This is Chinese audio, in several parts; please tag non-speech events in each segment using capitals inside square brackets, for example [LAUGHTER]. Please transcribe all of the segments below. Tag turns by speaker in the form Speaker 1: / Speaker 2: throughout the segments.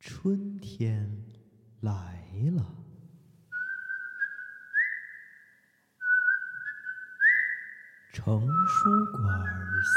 Speaker 1: 春天来了。成书馆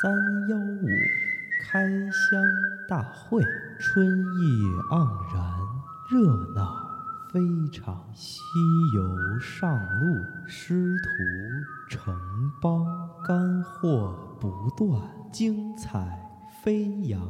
Speaker 1: 三幺五开箱大会，春意盎然，热闹非常。西游上路，师徒成帮，干货不断，精彩飞扬。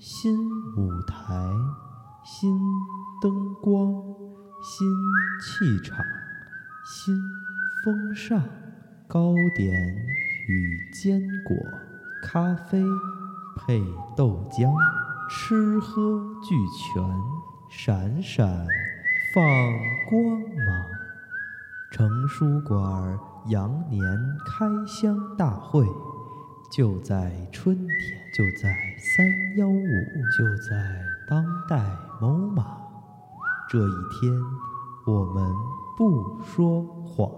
Speaker 1: 新舞台，新灯光，新气场，新风尚，糕点与坚果，咖啡配豆浆，吃喝俱全，闪闪放光芒。成书馆羊年开箱大会，就在春天，就在三幺五，就在当代某马。这一天，我们不说谎。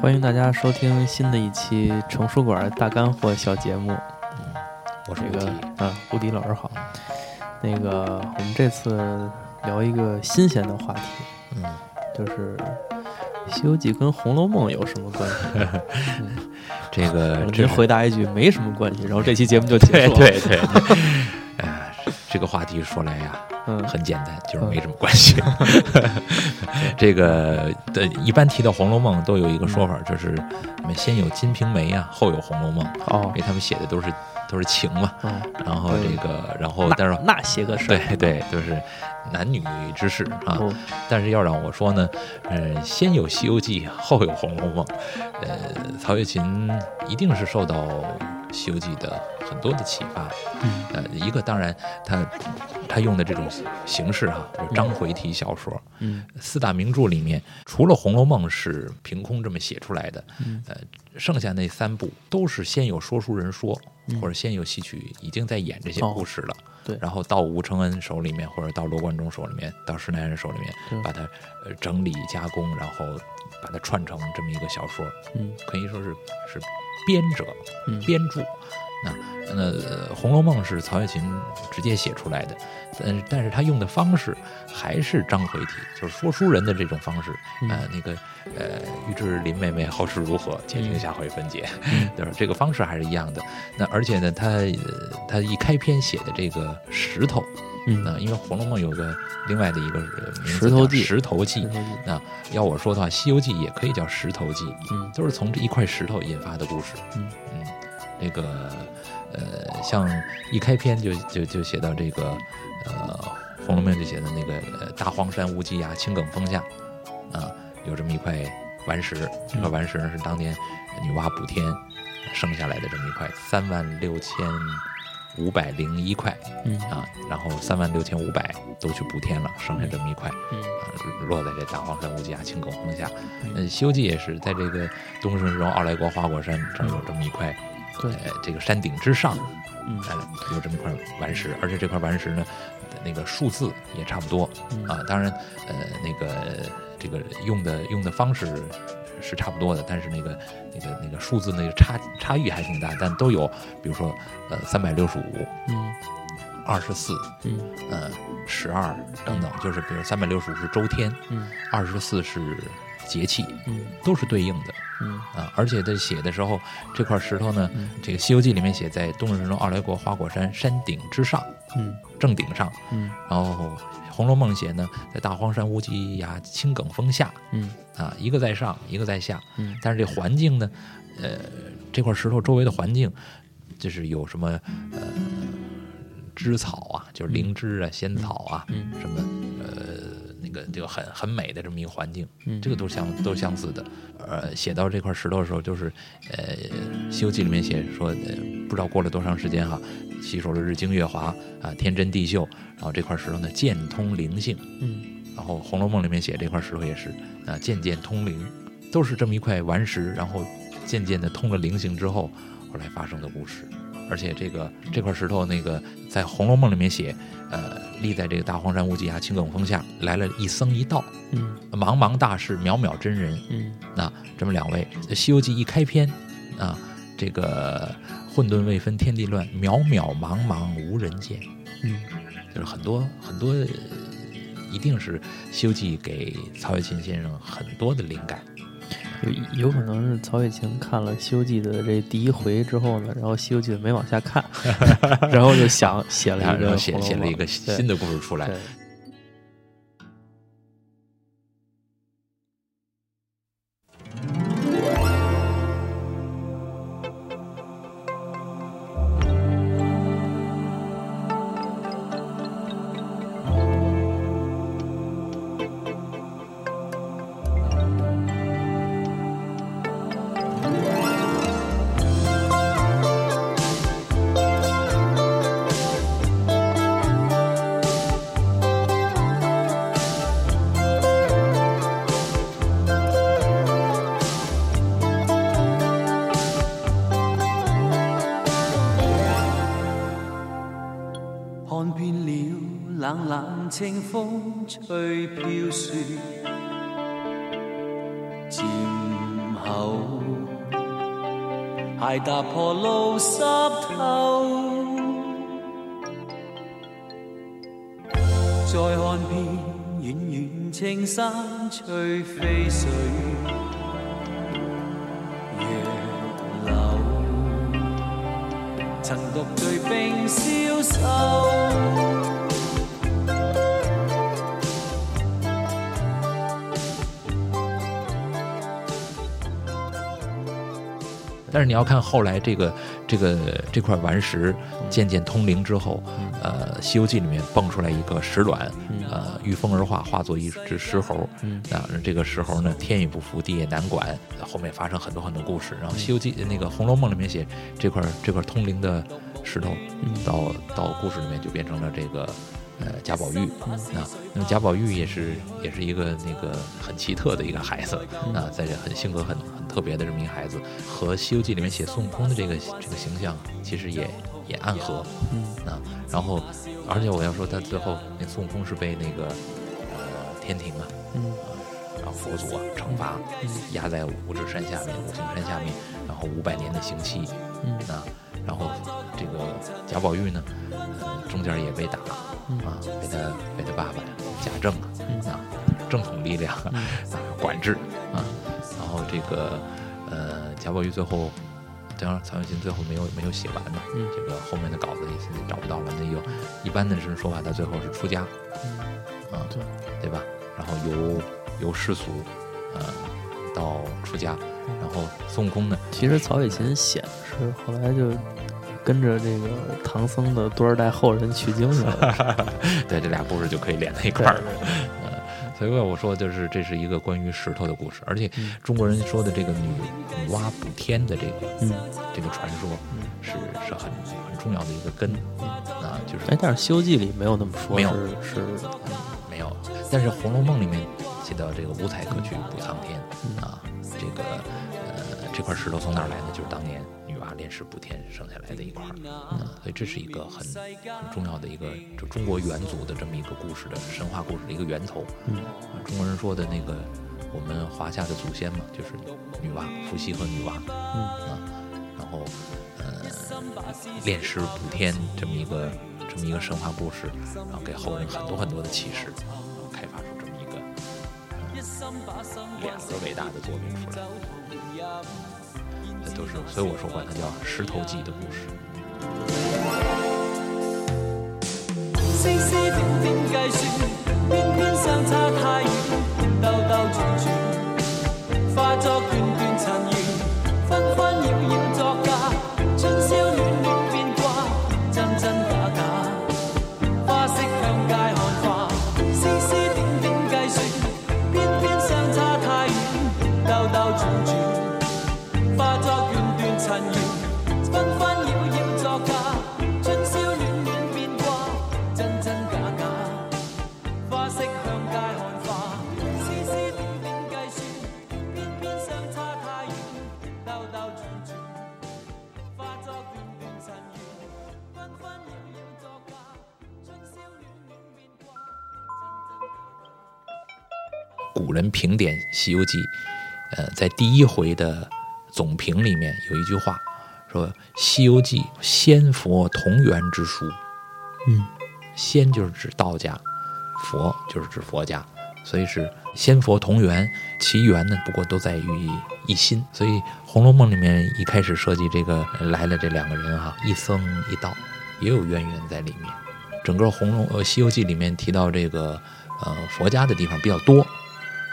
Speaker 2: 欢迎大家收听新的一期《成书馆大干货》小节目。
Speaker 3: 嗯我是
Speaker 2: 这
Speaker 3: 吴
Speaker 2: 个
Speaker 3: 迪，
Speaker 2: 啊，吴迪老师好。那个，我们这次聊一个新鲜的话题，
Speaker 3: 嗯，
Speaker 2: 就是《西游记》跟《红楼梦》有什么关系？
Speaker 3: 这
Speaker 2: [LAUGHS]
Speaker 3: 个 [LAUGHS]
Speaker 2: 我
Speaker 3: 这
Speaker 2: 您
Speaker 3: 是
Speaker 2: 回答一句没什么关系，然后这期节目就结
Speaker 3: [LAUGHS] 对
Speaker 2: 束了。
Speaker 3: 对对，哎呀，这个话题说来呀、
Speaker 2: 嗯，
Speaker 3: 很简单，就是没什么关
Speaker 2: [LAUGHS]
Speaker 3: 系。这个对，一般提到《红楼梦》，都有一个说法，就是你们先有《金瓶梅》啊，后有《红楼梦》，
Speaker 2: 哦
Speaker 3: 因为他们写的都是都是情嘛。
Speaker 2: 哦，
Speaker 3: 然后这个，然后但是
Speaker 2: 那那些个事儿，
Speaker 3: 对对，就是男女之事啊。
Speaker 2: 哦，
Speaker 3: 但是要让我说呢，呃，先有《西游记》，后有《红楼梦》，呃，曹雪芹一定是受到《西游记》的很多的启发。
Speaker 2: 嗯
Speaker 3: 呃，一个当然他他用的这种形式啊，就是章回体小说，
Speaker 2: 嗯
Speaker 3: 四大名著里面，除了《红楼梦》是凭空这么写出来的，
Speaker 2: 嗯
Speaker 3: 呃，剩下那三部都是先有说书人说，
Speaker 2: 嗯
Speaker 3: 或者先有戏曲已经在演这些
Speaker 2: 哦
Speaker 3: 故事了，
Speaker 2: 对
Speaker 3: 然后到吴承恩手里面，或者到罗贯中手里面，到施耐庵手里面
Speaker 2: 对，
Speaker 3: 把它呃整理加工，然后把它串成这么一个小说，
Speaker 2: 嗯
Speaker 3: 可以说是是编者
Speaker 2: 嗯，
Speaker 3: 编著。那那呃《红楼梦》是曹雪芹直接写出来的，但但是他用的方式还是章回体，就是说书人的这种方式。
Speaker 2: 嗯
Speaker 3: 呃，那个呃，欲知林妹妹后事如何，且听下回分解。 [LAUGHS]
Speaker 2: 嗯
Speaker 3: 就是这个方式还是一样的。那而且呢，他呃他一开篇写的这个石头，
Speaker 2: 嗯，
Speaker 3: 那因为《红楼梦》有个另外的一个呃名字
Speaker 2: 石头
Speaker 3: 叫
Speaker 2: 记
Speaker 3: 石头
Speaker 2: 石
Speaker 3: 记
Speaker 2: 头。记
Speaker 3: 那要我说的话，《西游记》也可以叫石头记。
Speaker 2: 嗯
Speaker 3: 都是从这一块石头引发的故事。
Speaker 2: 嗯
Speaker 3: 嗯，这个呃，像一开篇就就就写到这个呃，《红楼梦》就写的那个、呃、大荒山无稽崖，青埂峰下啊，有这么一块顽石，这
Speaker 2: 嗯
Speaker 3: 块顽石呢是当年女娲补天生下来的这么一块，三万六千五百零一块
Speaker 2: 嗯
Speaker 3: 啊，然后三万六千五百都去补天了，剩下这么一块。
Speaker 2: 嗯
Speaker 3: 呃落在这大荒山无稽崖青埂峰下。
Speaker 2: 嗯
Speaker 3: 呃，《西游记》也是在这个东胜荣傲来国花果山这儿有这么一块，
Speaker 2: 对
Speaker 3: 呃，这个山顶之上，
Speaker 2: 嗯
Speaker 3: 呃，有这么一块顽石，而且这块顽石呢，那个数字也差不多
Speaker 2: 嗯
Speaker 3: 啊。当然，呃，那个这个用的用的方式是差不多的，但是那个那个那个数字那个差差异还挺大，但都有，比如说呃三百六十五、
Speaker 2: 嗯
Speaker 3: 二十四、
Speaker 2: 嗯
Speaker 3: 呃十二等等，就是比如三百六十五是周天。
Speaker 2: 嗯
Speaker 3: 二十四是节气，
Speaker 2: 嗯
Speaker 3: 都是对应的
Speaker 2: 嗯
Speaker 3: 啊。而且在写的时候，这块石头呢，
Speaker 2: 嗯
Speaker 3: 这个《西游记》里面写在东日神州傲来国花果山山顶之上，
Speaker 2: 嗯
Speaker 3: 正顶上。
Speaker 2: 嗯
Speaker 3: 然后《红楼梦》写呢，在大荒山无稽崖青埂峰下
Speaker 2: 嗯
Speaker 3: 啊，一个在上，一个在下。
Speaker 2: 嗯
Speaker 3: 但是这环境呢，呃，这块石头周围的环境，就是有什么呃芝草啊，就是灵芝啊、仙草啊，
Speaker 2: 嗯
Speaker 3: 什么呃那个这个很很美的这么一个环境。
Speaker 2: 嗯，
Speaker 3: 这个都是相都是相似的。呃，写到这块石头的时候，就是呃，《西游记》里面写说，呃，不知道过了多长时间哈，吸收了日精月华啊，天真地秀，然后这块石头呢渐通灵性，
Speaker 2: 嗯
Speaker 3: 然后《红楼梦》里面写这块石头也是啊，渐渐通灵，都是这么一块顽石，然后渐渐的通了灵性之后，后来发生的故事。而且这个这块石头那个在《红楼梦》里面写，呃，立在这个大荒山无稽崖青埂峰下，来了一僧一道，
Speaker 2: 嗯
Speaker 3: 茫茫大士，渺渺真人，
Speaker 2: 嗯
Speaker 3: 那这么两位，《西游记》一开篇啊，这个混沌未分天地乱，渺渺茫茫无人见，
Speaker 2: 嗯
Speaker 3: 就是很多很多，呃一定是《西游记》给曹雪芹先生很多的灵感。
Speaker 2: 有有可能是曹雪芹看了《西游记》的这第一回之后呢，然后《西游记》没往下
Speaker 3: [LAUGHS]
Speaker 2: 看，然后就想写了一
Speaker 3: 然
Speaker 2: 个
Speaker 3: 后
Speaker 2: 《
Speaker 3: 写
Speaker 2: 红楼
Speaker 3: 写了
Speaker 2: 梦
Speaker 3: 一个
Speaker 2: 对
Speaker 3: 新的故事出来
Speaker 2: 对。
Speaker 4: 看遍了冷冷清風吹飄雪，漸厚，鞋踏破路濕透。再看遍遠遠青山吹飛水，若流。曾獨醉並消瘦。
Speaker 3: 但是你要看后来这个这个这块顽石
Speaker 2: 嗯
Speaker 3: 渐渐通灵之后，呃，《西游记》里面蹦出来一个石卵，呃，御风而化，化作一只石猴。
Speaker 2: 嗯
Speaker 3: 那这个石猴呢，天也不服，地也难管，后面发生很多很多故事。
Speaker 2: 嗯
Speaker 3: 然后《西游记》那个《红楼梦》里面写这块这块通灵的石头，到到故事里面就变成了这个。呃，贾宝玉啊，那么贾宝玉也是也是一个那个很奇特的一个孩子啊，在这很性格很很特别的这么一个孩子，和《西游记》里面写孙悟空的这个这个形象其实也也暗合
Speaker 2: 嗯
Speaker 3: 啊。然后，而且我要说，他最后那孙悟空是被那个呃天庭啊，
Speaker 2: 嗯
Speaker 3: 然后佛祖啊惩罚
Speaker 2: 嗯，
Speaker 3: 压在五指山下面，五行山下面，然后五百年的刑期
Speaker 2: 嗯
Speaker 3: 啊。然后这个贾宝玉呢，呃，中间也被打
Speaker 2: 嗯
Speaker 3: 啊，被他被他爸爸呀贾政啊
Speaker 2: 嗯
Speaker 3: 啊，正统力量啊
Speaker 2: 嗯
Speaker 3: 管制啊。然后这个呃，贾宝玉最后。当然，曹雪芹最后没有没有写完呢，
Speaker 2: 嗯
Speaker 3: 这个后面的稿子也现在找不到了。那又一般的人说法，他最后是出家，
Speaker 2: 嗯
Speaker 3: 啊，
Speaker 2: 对
Speaker 3: 对吧？然后由由世俗，呃，到出家，然后孙悟空呢，
Speaker 2: 其实曹雪芹写的是后来就跟着这个唐僧的多少代后人取经去
Speaker 3: [LAUGHS]
Speaker 2: 了。 [LAUGHS]
Speaker 3: 对这俩故事就可以连在一块儿了。呃所以我说，就是这是一个关于石头的故事，而且
Speaker 2: 嗯
Speaker 3: 中国人说的这个女女娲补天的这个、
Speaker 2: 嗯
Speaker 3: 这个传说
Speaker 2: 嗯
Speaker 3: 是是很很重要的一个根啊，就是
Speaker 2: 哎，但是《西游记》里没有那么说，
Speaker 3: 没有
Speaker 2: 是是，
Speaker 3: 没有，但是《红楼梦》里面写到这个五彩珂曲补苍天
Speaker 2: 嗯
Speaker 3: 啊，这个呃这块石头从哪儿来呢？就是当年女娲炼石补天生下来的一块儿啊，所以这是一个很很重要的一个就中国元祖的这么一个故事的神话故事的一个源头。
Speaker 2: 嗯
Speaker 3: 啊中国人说的那个我们华夏的祖先嘛，就是女娲、伏羲和女娲
Speaker 2: 嗯
Speaker 3: 啊，然后呃炼石补天这么一个这么一个神话故事，然后给后人很多很多的启示，然后开发出这么一个、呃两个伟大的作品出来。呃这都是，所以我说管它叫《石头记》的故事。
Speaker 4: 星星點點計算，偏偏相差太遠，兜兜轉轉，化作段段塵緣，紛紛擾擾作假，春宵戀戀變卦，真真假假，花色向街看花，絲絲點點計算，偏偏相差太遠，兜兜轉轉，化作段段塵緣，紛紛擾擾作假，春宵戀戀變卦。真真假
Speaker 3: 古人评点《西游记》，呃，在第一回的总评里面有一句话说，《西游记》仙佛同源之书，
Speaker 2: 嗯，
Speaker 3: 仙就是指道家，佛就是指佛家，所以是仙佛同源。其源呢，不过都在于一心。所以《红楼梦》里面一开始设计这个呃来了这两个人哈、一僧一道，也有渊源在里面。整个《红楼》呃《西游记》里面提到这个呃佛家的地方比较多，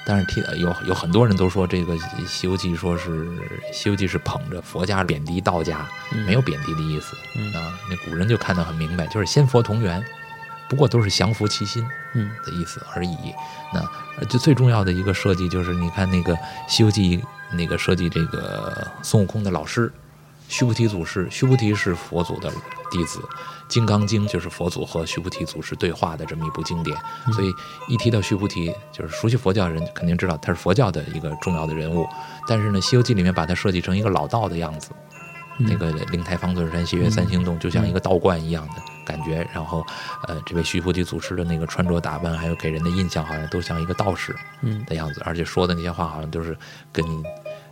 Speaker 3: 但是提呃有有很多人都说这个《西游记》说是《西游记》是捧着佛家贬低道家，没有贬低的意思。
Speaker 2: 嗯
Speaker 3: 啊，那古人就看得很明白，就是仙佛同源，不过都是降服其心
Speaker 2: 嗯
Speaker 3: 的意思而已。那而就最重要的一个设计就是，你看那个《西游记》那个设计这个孙悟空的老师。须菩提祖师，须菩提是佛祖的弟子，《金刚经》就是佛祖和须菩提祖师对话的这么一部经典。所以一提到须菩提，就是熟悉佛教的人肯定知道他是佛教的一个重要的人物。但是呢，《西游记》里面把它设计成一个老道的样子，
Speaker 2: 嗯
Speaker 3: 那个灵台方寸山、斜月三星洞，就像一个道观一样的感觉。然后，呃，这位须菩提祖师的那个穿着打扮，还有给人的印象，好像都像一个道士
Speaker 2: 嗯
Speaker 3: 的样子，而且说的那些话，好像都是跟你。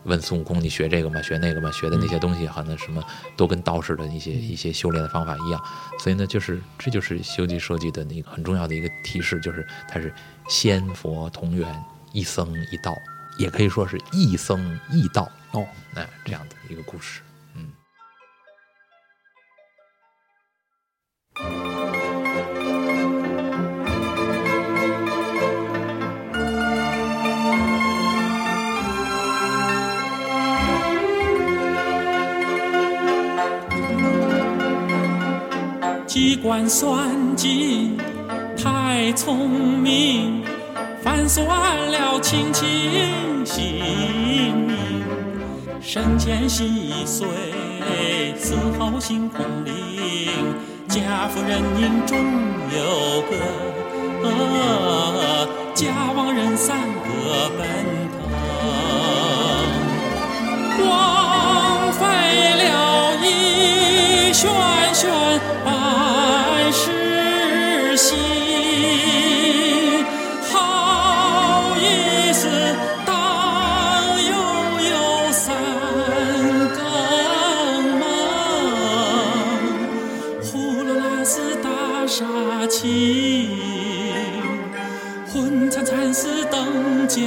Speaker 3: 问孙悟空，你学这个吗？学那个吗？学的
Speaker 2: 嗯
Speaker 3: 那些东西，好像什么都跟道士的一些一些修炼的方法一样。所以呢，就是这就是《西游记》设计的那个很重要的一个提示，就是它是仙佛同源，一僧一道，也可以说是一僧一道
Speaker 2: 哦，
Speaker 3: 那这样的一个故事。
Speaker 5: 机关算尽太聪明，反算了卿卿性命。身前细碎，死后心空灵。家父人影中有个，家亡人散各奔腾。枉费了一轩轩百世心，好一死当悠悠三更梦，呼噜啦似大厦倾，昏惨惨似灯将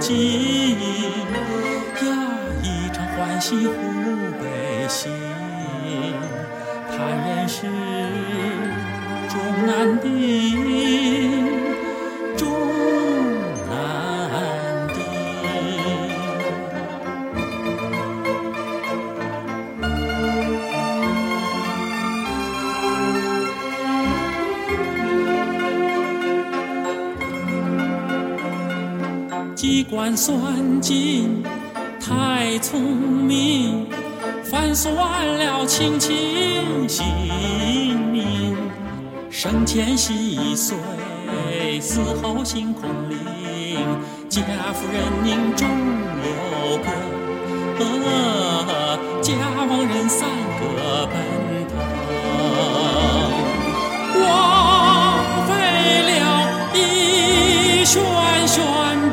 Speaker 5: 尽。呀，一场欢喜湖北行，他人是终难定，终难定。机关算尽太聪明，反算了卿卿性命。生前细碎，死后心空灵。家父人影终有个，家亡人散各奔腾。枉费了一轩轩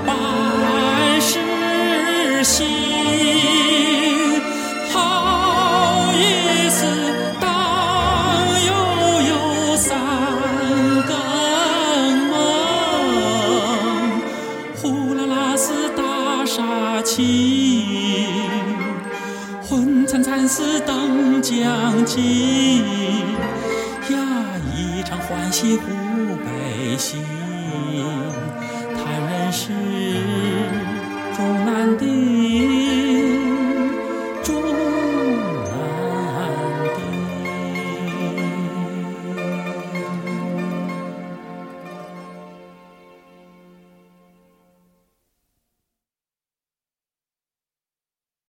Speaker 5: 百世心，好一死当悠悠三更梦，呼啦啦似大厦倾，昏惨惨似灯将尽。呀，一场欢喜湖北行，他人是